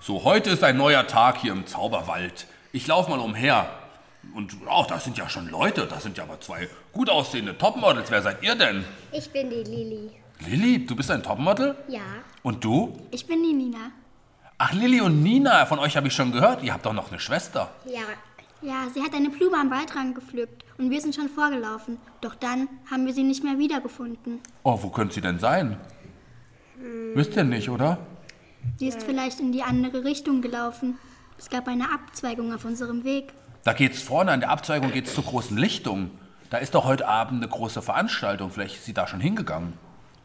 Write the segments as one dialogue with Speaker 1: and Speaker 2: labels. Speaker 1: So, heute ist ein neuer Tag hier im Zauberwald. Ich laufe mal umher. Und oh, das sind ja schon Leute. Das sind ja aber zwei gut aussehende Topmodels. Wer seid ihr denn?
Speaker 2: Ich bin die Lili.
Speaker 1: Lilly, du bist ein Topmodel?
Speaker 2: Ja.
Speaker 1: Und du?
Speaker 3: Ich bin die Nina.
Speaker 1: Ach, Lilly und Nina, von euch habe ich schon gehört. Ihr habt doch noch eine Schwester.
Speaker 2: Ja.
Speaker 3: Ja, sie hat eine Blume am Waldrand gepflückt und wir sind schon vorgelaufen. Doch dann haben wir sie nicht mehr wiedergefunden.
Speaker 1: Oh, wo könnte sie denn sein? Wisst ihr nicht, oder?
Speaker 3: Sie
Speaker 4: Äh.
Speaker 3: ist vielleicht in die andere Richtung gelaufen. Es gab eine Abzweigung auf unserem Weg.
Speaker 1: Da geht's vorne an der Abzweigung geht's zur großen Lichtung. Da ist doch heute Abend eine große Veranstaltung. Vielleicht ist sie da schon hingegangen.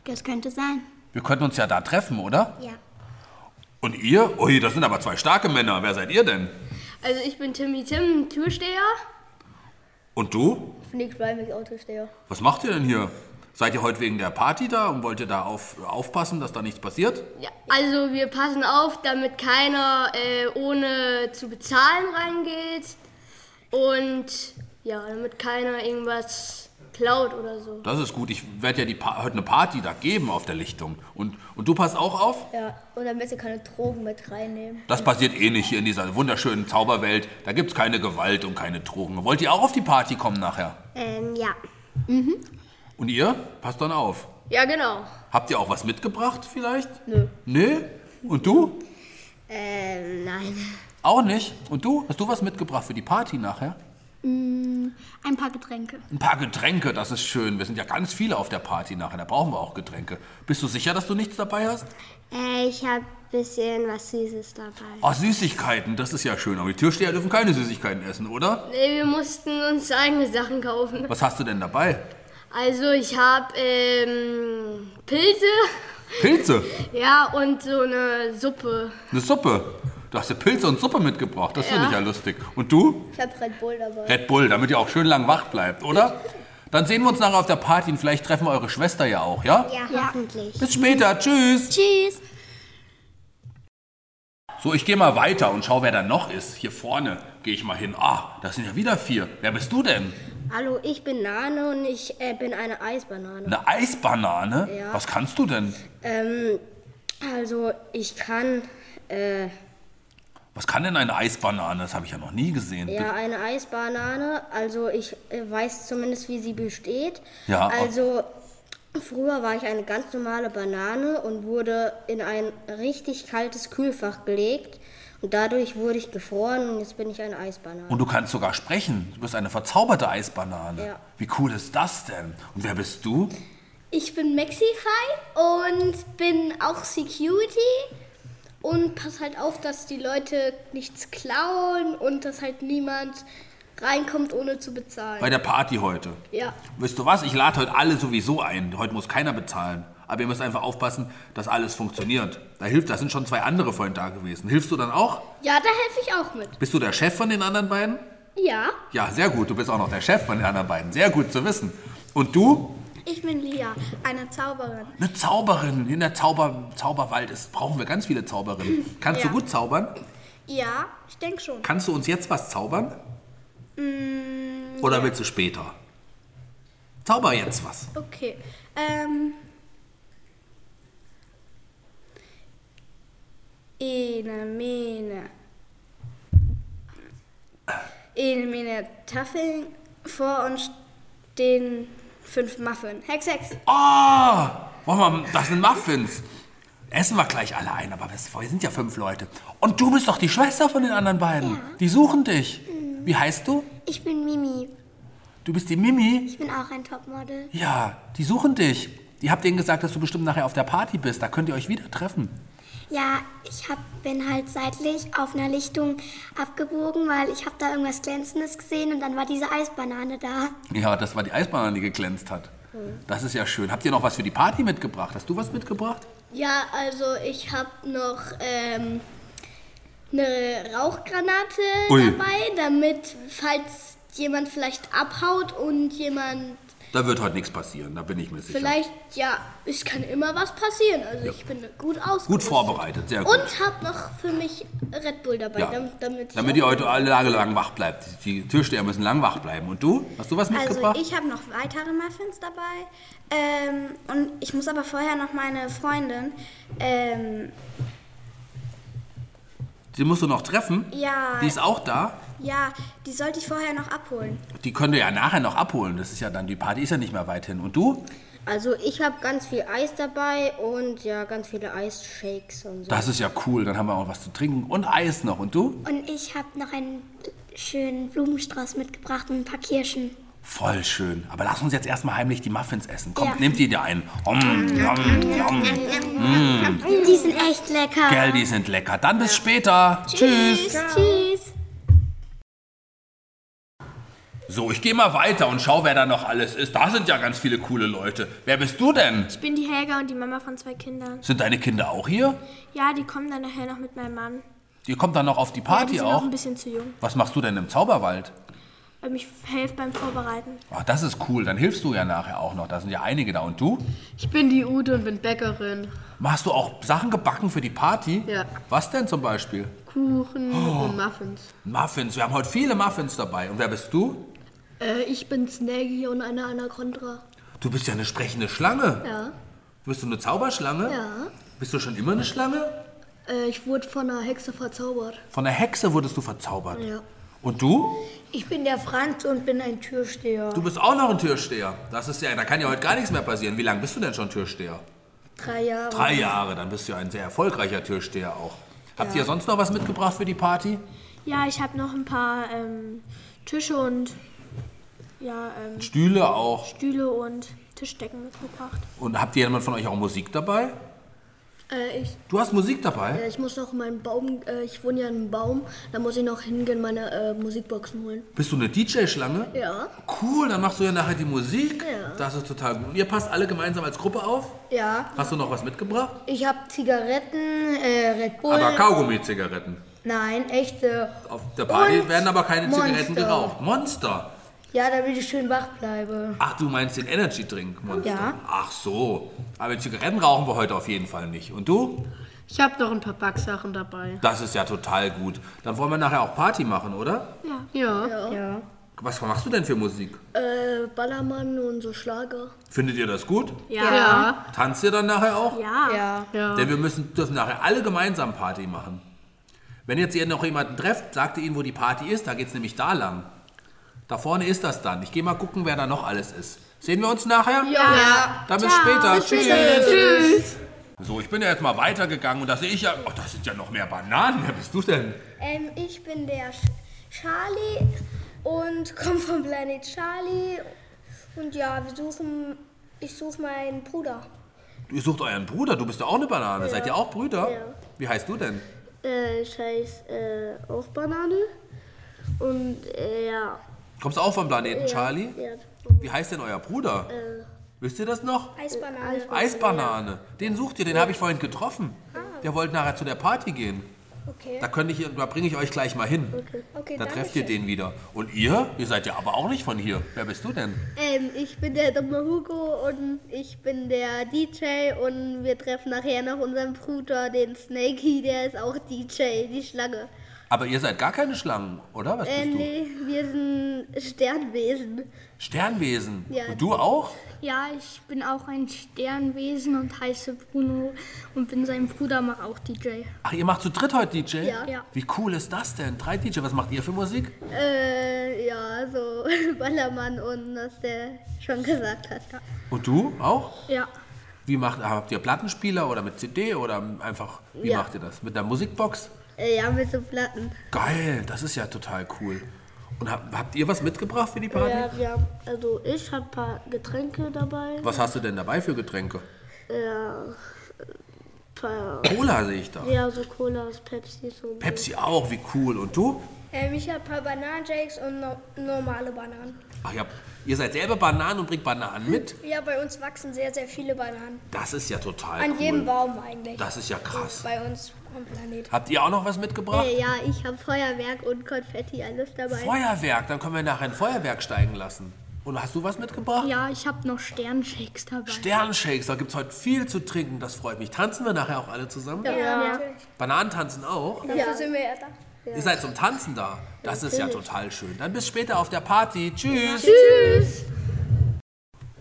Speaker 3: Das könnte sein.
Speaker 1: Wir könnten uns ja da treffen, oder?
Speaker 2: Ja.
Speaker 1: Und ihr? Ui, das sind aber zwei starke Männer. Wer seid ihr denn?
Speaker 5: Also ich bin Timmy Tim, Türsteher.
Speaker 1: Und du?
Speaker 5: Felix Bleimig, auch Türsteher.
Speaker 1: Was macht ihr denn hier? Seid ihr heute wegen der Party da und wollt ihr da auf, aufpassen, dass da nichts passiert?
Speaker 5: Ja, also wir passen auf, damit keiner äh, ohne zu bezahlen reingeht. Und ja, damit keiner irgendwas klaut oder so.
Speaker 1: Das ist gut. Ich werde ja die pa heute eine Party da geben auf der Lichtung. Und, und du passt auch auf?
Speaker 5: Ja, und damit sie keine Drogen mit reinnehmen.
Speaker 1: Das passiert eh nicht hier in dieser wunderschönen Zauberwelt. Da gibt's keine Gewalt und keine Drogen. Wollt ihr auch auf die Party kommen nachher?
Speaker 2: Ähm, ja.
Speaker 1: Und ihr? Passt dann auf.
Speaker 5: Ja, genau.
Speaker 1: Habt ihr auch was mitgebracht vielleicht?
Speaker 5: Nö.
Speaker 1: Nö? Und du?
Speaker 2: Ähm, nein.
Speaker 1: Auch nicht. Und du? Hast du was mitgebracht für die Party nachher?
Speaker 3: Mm, Ein paar Getränke.
Speaker 1: Ein paar Getränke, das ist schön. Wir sind ja ganz viele auf der Party nachher. Da brauchen wir auch Getränke. Bist du sicher, dass du nichts dabei hast?
Speaker 2: Äh, ich habe ein bisschen was Süßes dabei.
Speaker 1: Ach, Oh, Süßigkeiten, das ist ja schön. Aber die Türsteher dürfen keine Süßigkeiten essen, oder?
Speaker 5: Nee, wir mussten uns eigene Sachen kaufen.
Speaker 1: Was hast du denn dabei?
Speaker 5: Also ich habe ähm, Pilze.
Speaker 1: Pilze.
Speaker 5: Ja, und so eine Suppe.
Speaker 1: Eine Suppe. Du hast ja Pilze und Suppe mitgebracht. Das finde
Speaker 5: Ja.
Speaker 1: ich ja lustig. Und du?
Speaker 5: Ich habe Red Bull dabei.
Speaker 1: Red Bull, damit ihr auch schön lang wach bleibt, oder? Dann sehen wir uns nachher auf der Party und vielleicht treffen wir eure Schwester ja auch, ja?
Speaker 2: Ja, hoffentlich.
Speaker 1: Bis später, tschüss.
Speaker 3: Tschüss.
Speaker 1: So, ich gehe mal weiter und schau, wer da noch ist. Hier vorne gehe ich mal hin. Ah, das sind ja wieder vier. Wer bist du denn?
Speaker 2: Hallo, ich bin Nane und ich äh, bin eine Eisbanane.
Speaker 1: Eine Eisbanane?
Speaker 2: Ja.
Speaker 1: Was kannst du denn?
Speaker 2: Ähm, also ich kann äh,
Speaker 1: Was kann denn eine Eisbanane? Das habe ich ja noch nie gesehen.
Speaker 2: ja eine Eisbanane, also ich äh, weiß zumindest, wie sie besteht.
Speaker 1: Ja,
Speaker 2: Also früher war ich eine ganz normale Banane und wurde in ein richtig kaltes Kühlfach gelegt und dadurch wurde ich gefroren und jetzt bin ich eine Eisbanane.
Speaker 1: Und du kannst sogar sprechen. Du bist eine verzauberte Eisbanane.
Speaker 2: Ja.
Speaker 1: Wie cool ist das denn? Und wer bist du?
Speaker 4: Ich bin Mexify und bin auch Security und pass halt auf, dass die Leute nichts klauen und dass halt niemand reinkommt, ohne zu bezahlen.
Speaker 1: Bei der Party heute.
Speaker 4: Ja.
Speaker 1: Wisst du was? Ich lade heute alle sowieso ein. Heute muss keiner bezahlen. Aber ihr müsst einfach aufpassen, dass alles funktioniert. Da hilft, da sind schon zwei andere vorhin da gewesen. Hilfst du dann auch?
Speaker 4: Ja, da helfe ich auch mit.
Speaker 1: Bist du der Chef von den anderen beiden?
Speaker 4: Ja.
Speaker 1: Ja, sehr gut. Du bist auch noch der Chef von den anderen beiden. Sehr gut zu wissen. Und du?
Speaker 3: Ich bin Lia, eine Zauberin.
Speaker 1: Eine Zauberin. In der Zauber Zauberwald ist, brauchen wir ganz viele Zauberinnen. Kannst du gut zaubern?
Speaker 3: Ja, ich denke schon.
Speaker 1: Kannst du uns jetzt was zaubern? Oder willst du später? Zauber jetzt was.
Speaker 3: Okay. Ähm. Ene, mene. Ene, mene, Tafeln. Vor uns stehen fünf Muffin. Hex, Hex.
Speaker 1: Oh, wollen wir, das sind Muffins. Essen wir gleich alle ein, aber wir wir sind ja fünf Leute. Und du bist doch die Schwester von den anderen beiden. Die suchen dich. Wie heißt du?
Speaker 3: Ich bin Mimi.
Speaker 1: Du bist die Mimi?
Speaker 3: Ich bin auch ein Topmodel.
Speaker 1: Ja, die suchen dich. Die habt denen gesagt, dass du bestimmt nachher auf der Party bist. Da könnt ihr euch wieder treffen.
Speaker 6: Ja, ich hab, bin halt seitlich auf einer Lichtung abgebogen, weil ich habe da irgendwas Glänzendes gesehen und dann war diese Eisbanane da.
Speaker 1: Ja, das war die Eisbanane, die geglänzt hat. Das ist ja schön. Habt ihr noch was für die Party mitgebracht? Hast du was mitgebracht?
Speaker 4: Ja, also ich habe noch ähm, eine Rauchgranate
Speaker 1: Ui.
Speaker 4: dabei, damit, falls jemand vielleicht abhaut und jemand
Speaker 1: Da wird heute nichts passieren, da bin ich mir sicher.
Speaker 4: Vielleicht, ja, es kann immer was passieren. Also ich bin gut ausgerüstet.
Speaker 1: Gut vorbereitet, sehr gut.
Speaker 4: Und hab noch für mich Red Bull dabei,
Speaker 1: Ja.
Speaker 4: dam- damit, ich
Speaker 1: Damit
Speaker 4: auch-
Speaker 1: ihr heute alle Tage lang wach bleibt. Die Türsteher müssen lang wach bleiben. Und du? Hast du was
Speaker 3: Also
Speaker 1: mitgebracht?
Speaker 3: ich habe noch weitere Muffins dabei. Ähm, und ich muss aber vorher noch meine Freundin ähm,
Speaker 1: Die musst du noch treffen.
Speaker 2: Ja.
Speaker 1: Die ist auch da.
Speaker 2: Ja, die sollte ich vorher noch abholen.
Speaker 1: Die könnt ihr ja nachher noch abholen. Das ist ja dann, die Party ist ja nicht mehr weit hin. Und du?
Speaker 7: Also ich habe ganz viel Eis dabei und ja, ganz viele Eisshakes und so.
Speaker 1: Das ist ja cool. Dann haben wir auch was zu trinken und Eis noch. Und du?
Speaker 6: Und ich habe noch einen schönen Blumenstrauß mitgebracht und ein paar Kirschen.
Speaker 1: Voll schön. Aber lass uns jetzt erstmal heimlich die Muffins essen. Kommt, nehmt die dir ein. Om, nom, nom.
Speaker 6: Die sind echt lecker.
Speaker 1: Gell, die sind lecker. Dann bis später. Tschüss.
Speaker 6: Tschüss.
Speaker 1: So, ich gehe mal weiter und schau, wer da noch alles ist. Da sind ja ganz viele coole Leute. Wer bist du denn?
Speaker 2: Ich bin die Helga und die Mama von zwei Kindern.
Speaker 1: Sind deine Kinder auch hier?
Speaker 2: Ja, die kommen dann nachher noch mit meinem Mann.
Speaker 1: Ihr kommt dann noch auf die
Speaker 2: die
Speaker 1: Party
Speaker 2: sind auch
Speaker 1: auch.
Speaker 2: ein bisschen zu jung.
Speaker 1: Was machst du denn im Zauberwald?
Speaker 2: Ähm, Ich helfe beim Vorbereiten.
Speaker 1: Ach, das ist cool. Dann hilfst du ja nachher auch noch. Da sind ja einige da. Und du?
Speaker 8: Ich bin die Ute und bin Bäckerin.
Speaker 1: Hast du auch Sachen gebacken für die Party?
Speaker 8: Ja.
Speaker 1: Was denn zum Beispiel? Oh.
Speaker 8: Kuchen und Muffins.
Speaker 1: Muffins. Wir haben heute viele Muffins dabei. Und wer bist du?
Speaker 8: Äh, ich bin Snaggy und eine Anaconda.
Speaker 1: Du bist ja eine sprechende Schlange.
Speaker 8: Ja.
Speaker 1: Bist du eine Zauberschlange?
Speaker 8: Ja.
Speaker 1: Bist du schon immer eine Schlange?
Speaker 8: Äh, ich wurde von einer Hexe verzaubert.
Speaker 1: Von der Hexe wurdest du verzaubert.
Speaker 8: Ja.
Speaker 1: Und du?
Speaker 9: Ich bin der Franz und bin ein Türsteher.
Speaker 1: Du bist auch noch ein Türsteher. Das ist ja, da kann ja heute gar nichts mehr passieren. Wie lange bist du denn schon Türsteher?
Speaker 9: Drei Jahre.
Speaker 1: Drei Jahre, dann bist du ja ein sehr erfolgreicher Türsteher auch. Habt ihr sonst noch was mitgebracht für die Party?
Speaker 2: Ja, ich habe noch ein paar ähm, Tische und ja, ähm,
Speaker 1: Stühle auch.
Speaker 2: Stühle und Tischdecken mitgebracht.
Speaker 1: Und habt ihr jemand von euch auch Musik dabei?
Speaker 8: Äh, ich,
Speaker 1: Du hast Musik dabei?
Speaker 8: äh, ich muss noch meinen Baum, äh, ich wohne ja in einem Baum, da muss ich noch hingehen, meine äh, Musikboxen holen.
Speaker 1: Bist du eine DJ-Schlange?
Speaker 8: Ja.
Speaker 1: Cool, dann machst du ja nachher die Musik. Ja. Das ist total gut. Und ihr passt alle gemeinsam als Gruppe auf?
Speaker 9: Ja.
Speaker 1: Hast du noch was mitgebracht?
Speaker 9: Ich habe Zigaretten, äh, Red Bull.
Speaker 1: Aber Kaugummi-Zigaretten.
Speaker 9: Nein, echte.
Speaker 1: Auf der Party
Speaker 9: Und
Speaker 1: werden aber keine Zigaretten
Speaker 9: Monster.
Speaker 1: geraucht. Monster.
Speaker 9: Ja, damit ich schön wach bleibe.
Speaker 1: Ach, du meinst den Energy Drink Monster?
Speaker 9: Ja.
Speaker 1: Ach so. Aber Zigaretten rauchen wir heute auf jeden Fall nicht. Und du?
Speaker 8: Ich habe noch ein paar Backsachen dabei.
Speaker 1: Das ist ja total gut. Dann wollen wir nachher auch Party machen, oder?
Speaker 8: Ja.
Speaker 1: Was machst du denn für Musik?
Speaker 8: Äh, Ballermann und so Schlager.
Speaker 1: Findet ihr das gut?
Speaker 8: Ja.
Speaker 1: Tanzt ihr dann nachher auch?
Speaker 2: Ja.
Speaker 1: Denn wir müssen, dürfen nachher alle gemeinsam Party machen. Wenn jetzt ihr noch jemanden trefft, sagt ihr ihnen, wo die Party ist. Da geht's nämlich da lang. Da vorne ist das dann. Ich gehe mal gucken, wer da noch alles ist. Sehen wir uns nachher? Ja. Dann bis später. Tschüss. So, ich bin ja jetzt mal weitergegangen und da sehe ich ja, oh, das sind ja noch mehr Bananen. Wer bist du denn?
Speaker 2: Ähm, ich bin der Sch Charlie und komme vom Planet Charlie. Und ja, wir suchen, ich suche meinen Bruder.
Speaker 1: Ihr sucht euren Bruder, du bist ja auch eine Banane. Seid ihr auch Brüder? Wie heißt du denn?
Speaker 5: Äh, ich heiße äh, auch Banane. Und äh, ja.
Speaker 1: Kommst du auch vom Planeten Charlie?
Speaker 5: ja.
Speaker 1: Wie heißt denn euer Bruder? Wisst ihr das noch?
Speaker 2: Äh. Eisbanane.
Speaker 1: Eisbanane. Den sucht ihr, den habe ich vorhin getroffen. Der wollte nachher zu der Party gehen.
Speaker 2: Ah. Okay.
Speaker 1: Da, könnte ich, da bringe ich euch gleich mal hin.
Speaker 2: Okay,
Speaker 1: Da
Speaker 2: danke
Speaker 1: trefft ihr
Speaker 2: schön.
Speaker 1: den wieder. Und ihr? Ihr seid ja aber auch nicht von hier. Wer bist du denn?
Speaker 10: Ähm, ich bin der dumme Hugo und ich bin der DJ und wir treffen nachher noch unseren Bruder, den Snakey, der ist auch DJ, die Schlange.
Speaker 1: Aber ihr seid gar keine Schlangen, oder? Was
Speaker 10: Äh,
Speaker 1: bist du?
Speaker 10: nee, wir sind Sternwesen.
Speaker 1: Sternwesen.
Speaker 10: Ja.
Speaker 1: Und du auch?
Speaker 3: Ja, ich bin auch ein Sternwesen und heiße Bruno und bin sein Bruder, mache auch DJ.
Speaker 1: Ach, ihr macht zu dritt heute DJ?
Speaker 10: Ja.
Speaker 1: Wie cool ist das denn? Drei DJ, was macht ihr für Musik?
Speaker 10: Äh, ja, so Ballermann und was der schon gesagt hat.
Speaker 1: Und du auch?
Speaker 3: Ja.
Speaker 1: Wie macht, habt ihr Plattenspieler oder mit CD oder einfach, wie macht ihr das? Mit einer Musikbox?
Speaker 10: Äh, ja, mit so Platten.
Speaker 1: Geil, das ist ja total cool. Und hab, habt ihr was mitgebracht für die Party?
Speaker 5: ja. Also ich habe ein paar Getränke dabei.
Speaker 1: Was hast du denn dabei für Getränke?
Speaker 5: Ja. Paar,
Speaker 1: Cola sehe ich da.
Speaker 5: ja, so Colas, Pepsi, so.
Speaker 1: Pepsi auch, wie cool. Und du?
Speaker 2: Ähm, ich habe ein paar Bananenshakes und no normale Bananen.
Speaker 1: Ach ja, ihr seid selber Bananen und bringt Bananen mit?
Speaker 2: Ja, bei uns wachsen sehr, sehr viele Bananen.
Speaker 1: Das ist ja total
Speaker 2: An
Speaker 1: cool.
Speaker 2: jedem Baum eigentlich.
Speaker 1: Das ist ja krass.
Speaker 2: Bei uns am Planet.
Speaker 1: Habt ihr auch noch was mitgebracht?
Speaker 10: Äh, ja, ich habe Feuerwerk und Konfetti, alles dabei.
Speaker 1: Feuerwerk, dann können wir nachher ein Feuerwerk steigen lassen. Und hast du was mitgebracht?
Speaker 3: Ja, ich habe noch Sternshakes dabei.
Speaker 1: Sternshakes, da gibt es heute viel zu trinken, das freut mich. Tanzen wir nachher auch alle zusammen?
Speaker 2: Ja.
Speaker 1: Bananentanzen auch?
Speaker 2: Dafür sind wir ja da.
Speaker 1: Ihr seid zum Tanzen da. Das ist ja total schön. Dann bis später auf der Party. Tschüss. Tschüss.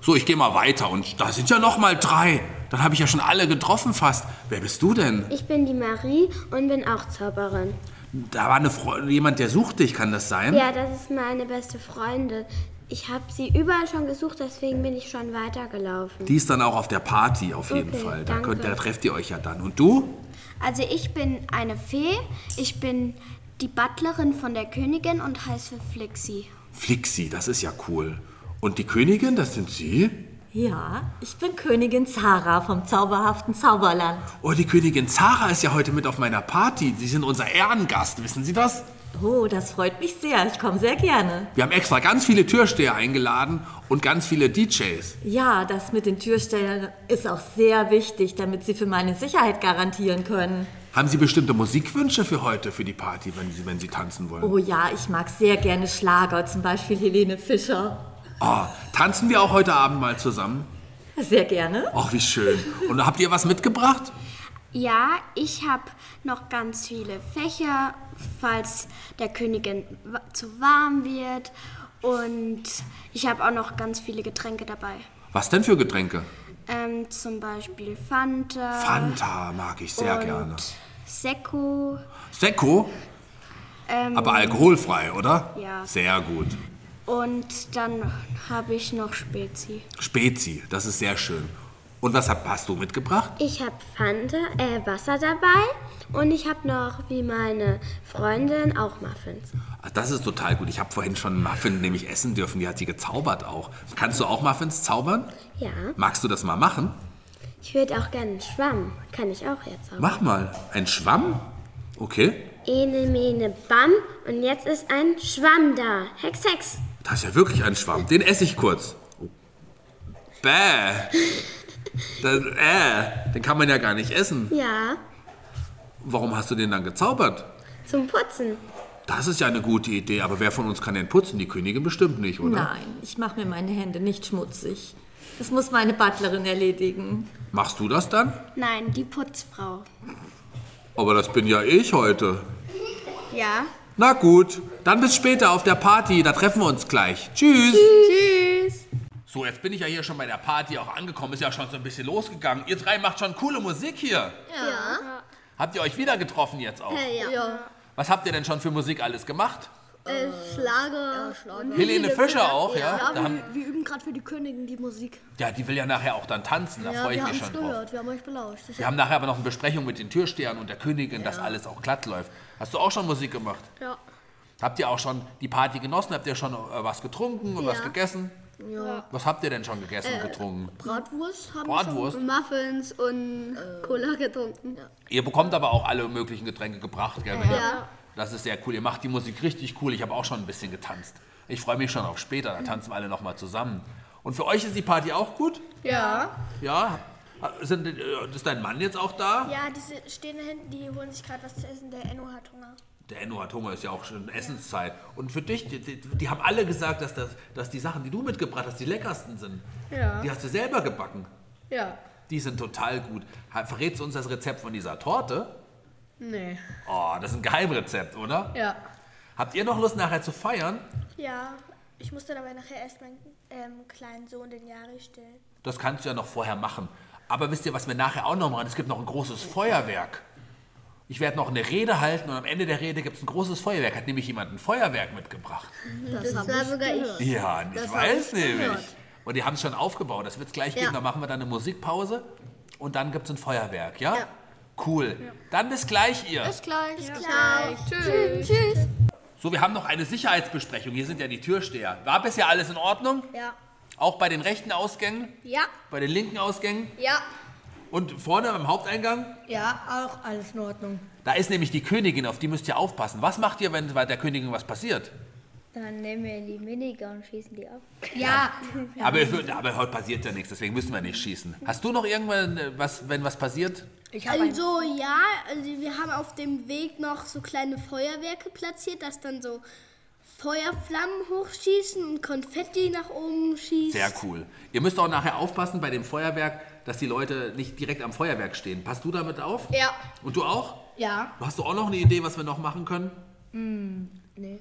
Speaker 1: So, ich gehe mal weiter und da sind ja noch mal drei. Dann habe ich ja schon alle getroffen fast. Wer bist du denn?
Speaker 4: Ich bin die Marie und bin auch Zauberin.
Speaker 1: Da war eine Fre jemand, der sucht dich, kann das sein?
Speaker 4: Ja, das ist meine beste Freundin. Ich habe sie überall schon gesucht, deswegen bin ich schon weitergelaufen.
Speaker 1: Die ist dann auch auf der Party auf jeden
Speaker 4: Okay,
Speaker 1: Fall. Da,
Speaker 4: danke.
Speaker 1: könnt, da trefft ihr euch ja dann. Und du?
Speaker 4: Also ich bin eine Fee, ich bin die Butlerin von der Königin und heiße Flixi.
Speaker 1: Flixi, das ist ja cool. Und die Königin, das sind sie?
Speaker 11: Ja, ich bin Königin Zara vom zauberhaften Zauberland.
Speaker 1: Oh, die Königin Zara ist ja heute mit auf meiner Party. Sie sind unser Ehrengast, wissen Sie das?
Speaker 11: Oh, das freut mich sehr. Ich komme sehr gerne.
Speaker 1: Wir haben extra ganz viele Türsteher eingeladen und ganz viele DJs.
Speaker 11: Ja, das mit den Türstellern ist auch sehr wichtig, damit sie für meine Sicherheit garantieren können.
Speaker 1: Haben Sie bestimmte Musikwünsche für heute, für die Party, wenn Sie, wenn Sie tanzen wollen?
Speaker 11: Oh ja, ich mag sehr gerne Schlager, zum Beispiel Helene Fischer.
Speaker 1: Oh, tanzen wir auch heute Abend mal zusammen?
Speaker 11: Sehr gerne.
Speaker 1: Ach, wie schön. Und habt ihr was mitgebracht?
Speaker 4: Ja, ich habe noch ganz viele Fächer, falls der Königin wa- zu warm wird. Und ich habe auch noch ganz viele Getränke dabei.
Speaker 1: Was denn für Getränke?
Speaker 4: Ähm, zum Beispiel Fanta.
Speaker 1: Fanta mag ich sehr
Speaker 4: und
Speaker 1: gerne.
Speaker 4: Sekko.
Speaker 1: Sekko,
Speaker 4: Ähm,
Speaker 1: aber alkoholfrei, oder?
Speaker 4: Ja.
Speaker 1: Sehr gut.
Speaker 4: Und dann habe ich noch Spezi.
Speaker 1: Spezi, das ist sehr schön. Und was hab- hast du mitgebracht?
Speaker 4: Ich habe Fanta, äh, Wasser dabei und ich habe noch, wie meine Freundin, auch Muffins.
Speaker 1: Ah, Das ist total gut. Ich habe vorhin schon einen Muffin nämlich essen dürfen. Die hat sie gezaubert auch. Kannst du auch Muffins zaubern?
Speaker 4: Ja,
Speaker 1: Magst du das mal machen?
Speaker 4: ich würde auch gerne einen Schwamm. Kann ich auch jetzt auch.
Speaker 1: Mach mal. Ein Schwamm? Okay.
Speaker 4: Ene, mene, bam und jetzt ist ein Schwamm da. Hex, hex.
Speaker 1: Das ist ja wirklich ein Schwamm. Den esse ich kurz. Bäh. Das, äh, den kann man ja gar nicht essen.
Speaker 4: Ja,
Speaker 1: Warum hast du den dann gezaubert?
Speaker 4: zum Putzen.
Speaker 1: Das ist ja eine gute Idee, aber wer von uns kann den putzen? Die Königin bestimmt nicht, oder?
Speaker 11: Nein, ich mache mir meine Hände nicht schmutzig. Das muss meine Butlerin erledigen.
Speaker 1: Machst du das dann?
Speaker 4: Nein, die Putzfrau.
Speaker 1: Aber das bin ja ich heute.
Speaker 4: Ja.
Speaker 1: Na gut, dann bis später auf der Party, da treffen wir uns gleich. Tschüss.
Speaker 4: Tschüss.
Speaker 1: So, jetzt bin ich ja hier schon bei der Party auch angekommen, ist ja schon so ein bisschen losgegangen. Ihr drei macht schon coole Musik hier.
Speaker 9: Ja.
Speaker 1: Habt ihr euch wieder getroffen jetzt auch?
Speaker 5: Äh,
Speaker 9: Ja.
Speaker 1: Was habt ihr denn schon für Musik alles gemacht?
Speaker 8: Äh, Schlager.
Speaker 1: Helene Fischer auch, ja? Da haben-
Speaker 8: wir, wir üben gerade für die Königin die Musik.
Speaker 1: Ja, die will ja nachher auch dann tanzen, da freue ich
Speaker 8: wir
Speaker 1: mich schon
Speaker 8: haben
Speaker 1: drauf.
Speaker 8: gehört, wir haben euch belauscht. Das
Speaker 1: Wir haben nachher aber noch eine Besprechung mit den Türstehern und der Königin, dass alles auch glatt läuft. Hast du auch schon Musik gemacht?
Speaker 8: Ja.
Speaker 1: Habt ihr auch schon die Party genossen? Habt ihr schon äh, was getrunken und was
Speaker 8: Ja.
Speaker 1: gegessen?
Speaker 8: Ja.
Speaker 1: Was habt ihr denn schon gegessen und
Speaker 8: Äh,
Speaker 1: getrunken?
Speaker 8: Bratwurst haben
Speaker 1: Bratwurst?
Speaker 8: wir
Speaker 5: Muffins und Cola getrunken.
Speaker 1: Ihr bekommt aber auch alle möglichen Getränke gebracht, gell? wenn ihr-
Speaker 5: Ja.
Speaker 1: Das ist sehr cool. Ihr macht die Musik richtig cool. Ich habe auch schon ein bisschen getanzt. Ich freue mich schon auf später. Da tanzen wir alle nochmal zusammen. Und für euch ist die Party auch gut?
Speaker 2: Ja.
Speaker 1: Ja? Sind, äh, ist dein Mann jetzt auch da?
Speaker 2: Ja, die stehen da hinten, die holen sich gerade was zu essen. Der Enno hat Hunger.
Speaker 1: Der Enno hat Hunger, ist ja auch schon Essenszeit. Und für dich, die, die, die haben alle gesagt, dass, das, dass die Sachen, die du mitgebracht hast, die leckersten sind.
Speaker 2: Ja.
Speaker 1: Die hast du selber gebacken.
Speaker 9: Ja.
Speaker 1: Die sind total gut. Ha- Verrätst du uns das Rezept von dieser Torte?
Speaker 9: Nee.
Speaker 1: Oh, das ist ein Geheimrezept, oder?
Speaker 9: Ja.
Speaker 1: Habt ihr noch Lust, nachher zu feiern?
Speaker 2: Ja, ich musste dabei nachher erst meinen ähm, kleinen Sohn den Jari stellen.
Speaker 1: Das kannst du ja noch vorher machen. Aber wisst ihr, was wir nachher auch noch machen? Es gibt noch ein großes Feuerwerk. Ich werde noch eine Rede halten und am Ende der Rede gibt es ein großes Feuerwerk. Hat nämlich jemand ein Feuerwerk mitgebracht.
Speaker 8: Das, war sogar ich.
Speaker 1: Ja, ich
Speaker 8: Das hab
Speaker 1: weiß
Speaker 8: ich
Speaker 1: nämlich.
Speaker 8: gehört.
Speaker 1: Und die haben es schon aufgebaut. Das wird es gleich geben.
Speaker 8: Ja.
Speaker 1: Da machen wir dann eine Musikpause und dann gibt es ein Feuerwerk, ja? Cool. Dann bis gleich, ihr.
Speaker 5: gleich. Bis gleich. Tschüss. Tschüss.
Speaker 1: So, wir haben noch eine Sicherheitsbesprechung. Hier sind ja die Türsteher. War bisher alles in Ordnung?
Speaker 2: Ja.
Speaker 1: Auch bei den rechten Ausgängen?
Speaker 9: Ja.
Speaker 1: Bei den linken Ausgängen?
Speaker 9: Ja.
Speaker 1: Und vorne am Haupteingang?
Speaker 9: Ja, auch alles in Ordnung.
Speaker 1: Da ist nämlich die Königin, auf die müsst ihr aufpassen. Was macht ihr, wenn bei der Königin was passiert?
Speaker 10: Dann nehmen wir die Minigun und schießen die ab.
Speaker 9: Ja.
Speaker 1: Aber, es wird, aber heute passiert ja nichts, deswegen müssen wir nicht schießen. Hast du noch irgendwann äh, was, wenn was passiert?
Speaker 9: Ich habe ein
Speaker 10: Also ja, also wir haben auf dem Weg noch so kleine Feuerwerke platziert, dass dann so Feuerflammen hochschießen und Konfetti nach oben schießt.
Speaker 1: Sehr cool. Ihr müsst auch nachher aufpassen bei dem Feuerwerk, dass die Leute nicht direkt am Feuerwerk stehen. Passt du damit auf?
Speaker 2: Ja.
Speaker 1: Und du auch?
Speaker 9: Ja.
Speaker 1: Hast du auch noch eine Idee, was wir noch machen können?
Speaker 9: Hm, Nee.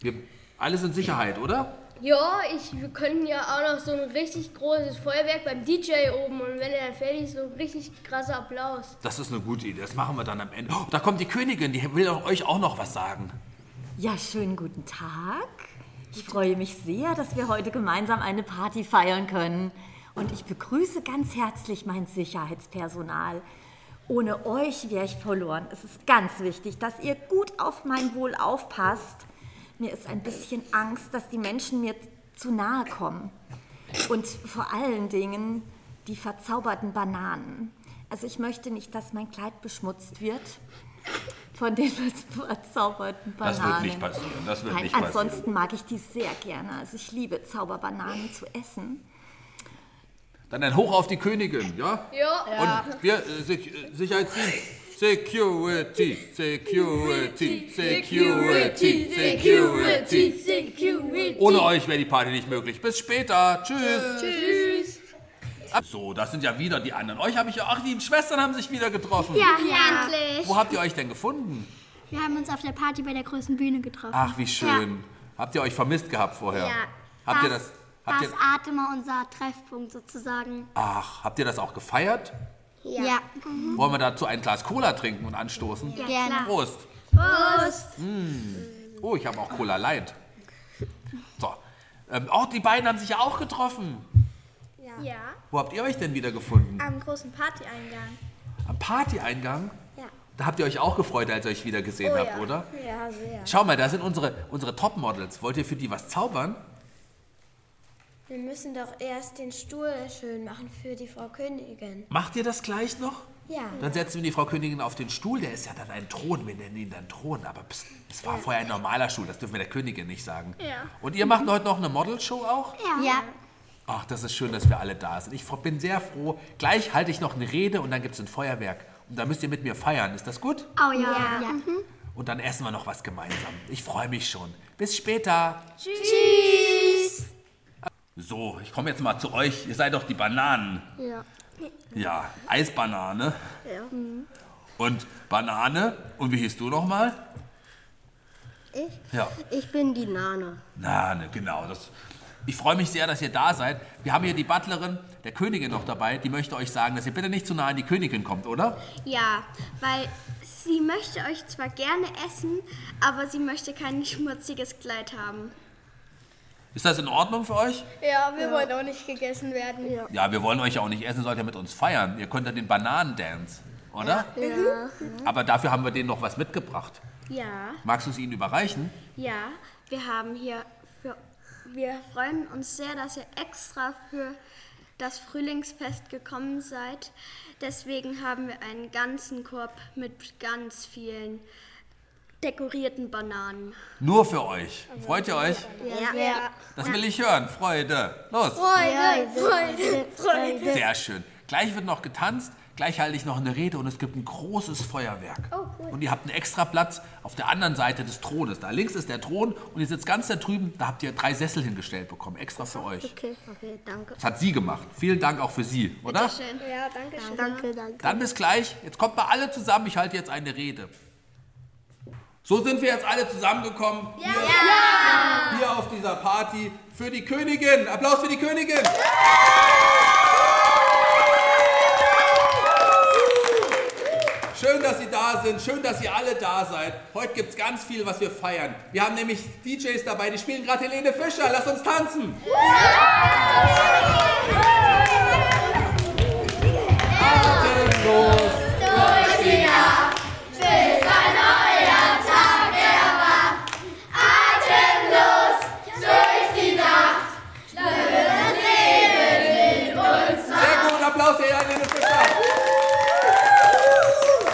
Speaker 1: Wir, alle sind Sicherheit, oder?
Speaker 5: Ja, ich, wir können ja auch noch so ein richtig großes Feuerwerk beim DJ oben und wenn er dann fertig ist, so ein richtig krasser Applaus.
Speaker 1: Das ist eine gute Idee. Das machen wir dann am Ende. Oh, da kommt die Königin, die will auch- euch auch noch was sagen.
Speaker 11: Ja, schönen guten Tag. Ich freue mich sehr, dass wir heute gemeinsam eine Party feiern können. Und ich begrüße ganz herzlich mein Sicherheitspersonal. Ohne euch wäre ich verloren. Es ist ganz wichtig, dass ihr gut auf mein Wohl aufpasst. Mir ist ein bisschen Angst, dass die Menschen mir zu nahe kommen. Und vor allen Dingen die verzauberten Bananen. Also ich möchte nicht, dass mein Kleid beschmutzt wird von den verzauberten
Speaker 1: Das
Speaker 11: Bananen.
Speaker 1: wird nicht passieren, das wird
Speaker 11: Nein,
Speaker 1: nicht passieren.
Speaker 11: ansonsten mag ich die sehr gerne. Also ich liebe Zauberbananen zu essen.
Speaker 1: Dann ein Hoch auf die Königin, ja?
Speaker 5: Ja.
Speaker 1: Und wir, äh, Sech- äh, Sicherheitsdienst. Security, Security, Security, Security.
Speaker 5: Security.
Speaker 1: Ohne euch wäre die Party nicht möglich. Bis später. Tschüss.
Speaker 5: Tschüss.
Speaker 1: Ab- So, das sind ja wieder die anderen. Euch habe ich ja. Ach, die Schwestern haben sich wieder getroffen.
Speaker 3: Ja,
Speaker 5: Ja.
Speaker 3: endlich.
Speaker 1: Wo habt ihr euch denn gefunden?
Speaker 3: Wir haben uns auf der Party bei der großen Bühne getroffen.
Speaker 1: Ach, wie schön. Habt ihr euch vermisst gehabt vorher?
Speaker 3: Ja.
Speaker 1: Habt ihr
Speaker 3: Das-
Speaker 1: das. Habt
Speaker 3: das
Speaker 1: ihr,
Speaker 3: Atema, unser Treffpunkt sozusagen.
Speaker 1: ach, habt ihr das auch gefeiert?
Speaker 3: Ja. Mhm.
Speaker 1: Wollen wir dazu ein Glas Cola trinken und anstoßen?
Speaker 3: Ja, gerne.
Speaker 1: Prost.
Speaker 3: Prost.
Speaker 1: Mm. Oh, ich habe auch Cola Light. So. Ähm, oh, die beiden haben sich ja auch getroffen.
Speaker 2: Ja. ja.
Speaker 1: Wo habt ihr euch denn wieder gefunden?
Speaker 2: Am großen Partyeingang.
Speaker 1: Am Partyeingang?
Speaker 2: Ja. Oh,
Speaker 1: Da habt ihr euch auch gefreut, als ihr euch wieder gesehen habt, oder?
Speaker 2: Ja, sehr.
Speaker 1: Schau mal, da sind unsere, unsere Topmodels. Wollt ihr für die was zaubern?
Speaker 12: Wir müssen doch erst den Stuhl schön machen für die Frau Königin.
Speaker 1: Macht ihr das gleich noch?
Speaker 12: Ja.
Speaker 1: Dann setzen wir die Frau Königin auf den Stuhl. Der ist ja dann ein Thron. Wir nennen ihn dann Thron. Aber pst, es war vorher ein normaler Stuhl. Das dürfen wir der Königin nicht sagen.
Speaker 3: Ja.
Speaker 1: Und ihr macht heute noch eine Modelshow auch?
Speaker 3: Ja. ja.
Speaker 1: Ach, das ist schön, dass wir alle da sind. Ich fro- bin sehr froh. Gleich halte ich noch eine Rede und dann gibt es ein Feuerwerk. Und dann müsst ihr mit mir feiern. Ist das gut?
Speaker 3: Oh ja.
Speaker 1: Ja.
Speaker 3: Mhm.
Speaker 1: Und dann essen wir noch was gemeinsam. Ich freue mich schon. Bis später.
Speaker 3: Tschüss.
Speaker 1: So, ich komme jetzt mal zu euch. Ihr seid doch die Bananen.
Speaker 3: Ja.
Speaker 1: Ja, Eisbanane
Speaker 3: ja.
Speaker 1: und Banane. Und wie hieß du nochmal?
Speaker 7: Ich?
Speaker 1: Ja,
Speaker 7: Ich bin die Nana.
Speaker 1: Nane, genau. Das, ich freue mich sehr, dass ihr da seid. Wir haben hier die Butlerin der Königin noch dabei. Die möchte euch sagen, dass ihr bitte nicht zu nah an die Königin kommt, oder?
Speaker 13: Ja, weil sie möchte euch zwar gerne essen, aber sie möchte kein schmutziges Kleid haben.
Speaker 1: Ist das in Ordnung für euch?
Speaker 2: Ja, wir wollen auch nicht gegessen werden. Ja.
Speaker 1: Ja, wir wollen euch ja auch nicht essen, sollt ihr mit uns feiern. Ihr könnt ja den Bananendance, oder?
Speaker 2: Mhm.
Speaker 13: Ja.
Speaker 1: Aber dafür haben wir denen noch was mitgebracht.
Speaker 13: Ja,
Speaker 1: Magst du es ihnen überreichen?
Speaker 13: ja, wir haben hier für. Wir freuen uns sehr, dass ihr extra für das Frühlingsfest gekommen seid. Deswegen haben wir einen ganzen Korb mit ganz vielen dekorierten Bananen.
Speaker 1: Nur für euch. Freut ihr euch?
Speaker 13: Ja.
Speaker 1: Das will ich hören. Freude. Los.
Speaker 13: Freude, Freude, Freude.
Speaker 1: Sehr schön. Gleich wird noch getanzt, gleich halte ich noch eine Rede und es gibt ein großes Feuerwerk.
Speaker 13: Oh,
Speaker 1: Und ihr habt einen extra Platz auf der anderen Seite des Thrones. Da links ist der Thron und ihr sitzt ganz da drüben. Da habt ihr drei Sessel hingestellt bekommen, extra für euch.
Speaker 7: Okay. Okay, danke.
Speaker 1: Das hat sie gemacht. Vielen Dank auch für sie, oder?
Speaker 2: Ja, danke schön.
Speaker 7: Danke, danke.
Speaker 1: Dann bis gleich. Jetzt kommt mal alle zusammen. Ich halte jetzt eine Rede. So sind wir jetzt alle zusammengekommen. Ja. Hier, hier auf dieser Party für die Königin. Applaus für die Königin. Schön, dass Sie da sind. Schön, dass ihr alle da seid. Heute gibt es ganz viel, was wir feiern. Wir haben nämlich DJs dabei, die spielen gerade Helene Fischer. Lasst uns tanzen. Atemlos.
Speaker 3: Durch die Nacht, bis ein neuer Tag erwacht. Atemlos durch die Nacht, schwimmen Leben in uns
Speaker 1: Sehr gut, Applaus für Helene Fischer.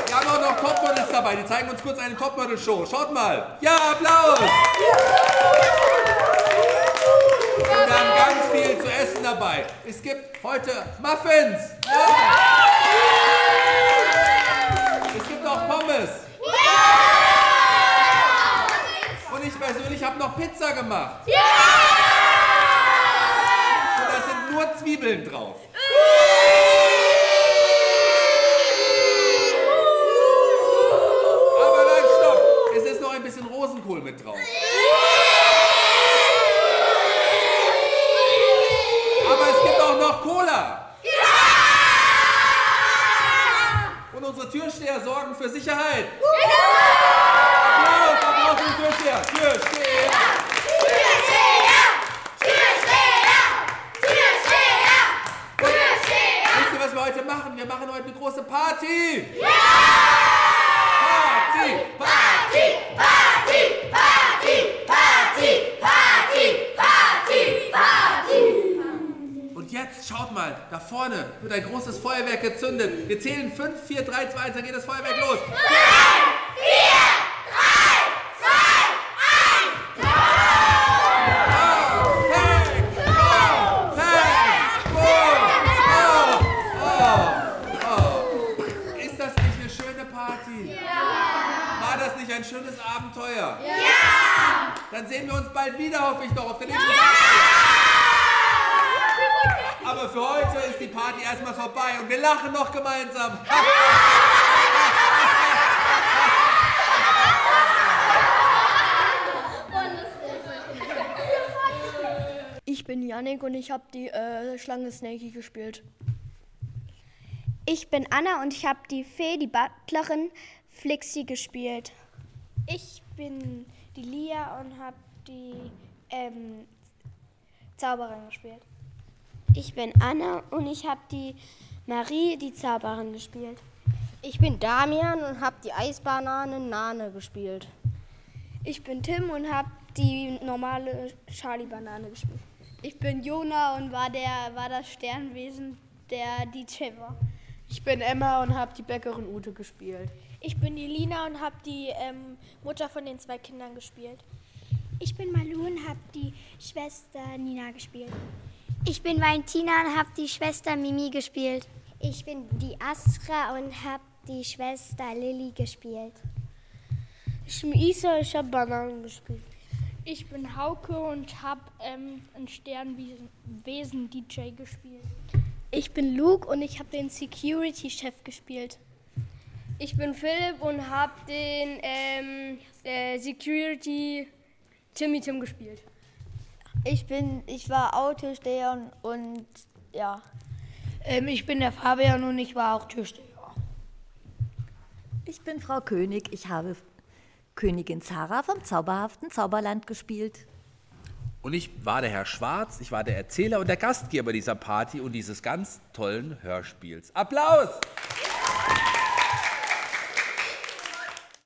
Speaker 1: Wir haben auch noch Topmodels dabei, die zeigen uns kurz eine Topmodel-Show. Schaut mal. Ja, Applaus. Und wir haben ganz viel zu essen dabei. Es gibt heute Muffins. Es gibt auch Pommes. Und ich persönlich habe noch Pizza gemacht. Und da sind nur Zwiebeln drauf. Aber nein, stopp! Es ist noch ein bisschen Rosenkohl mit drauf. Türsteher sorgen für Sicherheit. Applaus, Applaus für den Türsteher. Türsteher. Wisst ihr, was wir heute machen? Wir machen heute eine große Party. Party, Party, Party, Party, Party, Party, Party, Party. Und jetzt schaut mal, da vorne wird ein großes Feuerwerk gezündet. Wir zählen 5, 4, 3, 2, 1, dann geht das Feuerwerk los. Ist das nicht eine schöne Party? Ja! War das nicht ein schönes Abenteuer? Ja! Dann sehen wir uns bald wieder, hoffe ich doch, auf der nächsten Party. Aber für heute ist die Party erstmal vorbei und wir lachen noch gemeinsam.
Speaker 14: Ich bin Yannick und ich habe die äh, Schlange Snakey gespielt.
Speaker 15: Ich bin Anna und ich habe die Fee, die Butlerin, Flixi gespielt.
Speaker 5: Ich bin die Lia und habe die ähm, Zauberin gespielt.
Speaker 16: Ich bin Anna und ich habe die Marie, die Zauberin, gespielt.
Speaker 17: Ich bin Damian und habe die Eisbanane Nane gespielt.
Speaker 5: Ich bin Tim und habe die normale Charlie-Banane gespielt.
Speaker 18: Ich bin Jona und war, der, war das Sternwesen, der DJ war.
Speaker 19: Ich bin Emma und habe die Bäckerin Ute gespielt.
Speaker 5: Ich bin die Lina und habe die ähm, Mutter von den zwei Kindern gespielt.
Speaker 20: Ich bin Malu und habe die Schwester Nina gespielt.
Speaker 21: Ich bin Valentina und habe die Schwester Mimi gespielt.
Speaker 4: Ich bin die Astra und habe die Schwester Lilly gespielt.
Speaker 22: Ich bin Isa, ich habe Bananen gespielt.
Speaker 23: Ich bin Hauke und habe ähm, ein Sternwesen-DJ gespielt.
Speaker 24: Ich bin Luke und ich habe den Security-Chef gespielt.
Speaker 25: Ich bin Philipp und habe den ähm, äh, Security Timmy Tim gespielt.
Speaker 2: Ich bin, ich war auch Türsteher und, und ja.
Speaker 26: Ähm, ich bin der Fabian und ich war auch Türsteher.
Speaker 11: Ich bin Frau König. Ich habe Königin Zara vom zauberhaften Zauberland gespielt.
Speaker 1: Und ich war der Herr Schwarz, ich war der Erzähler und der Gastgeber dieser Party und dieses ganz tollen Hörspiels. Applaus!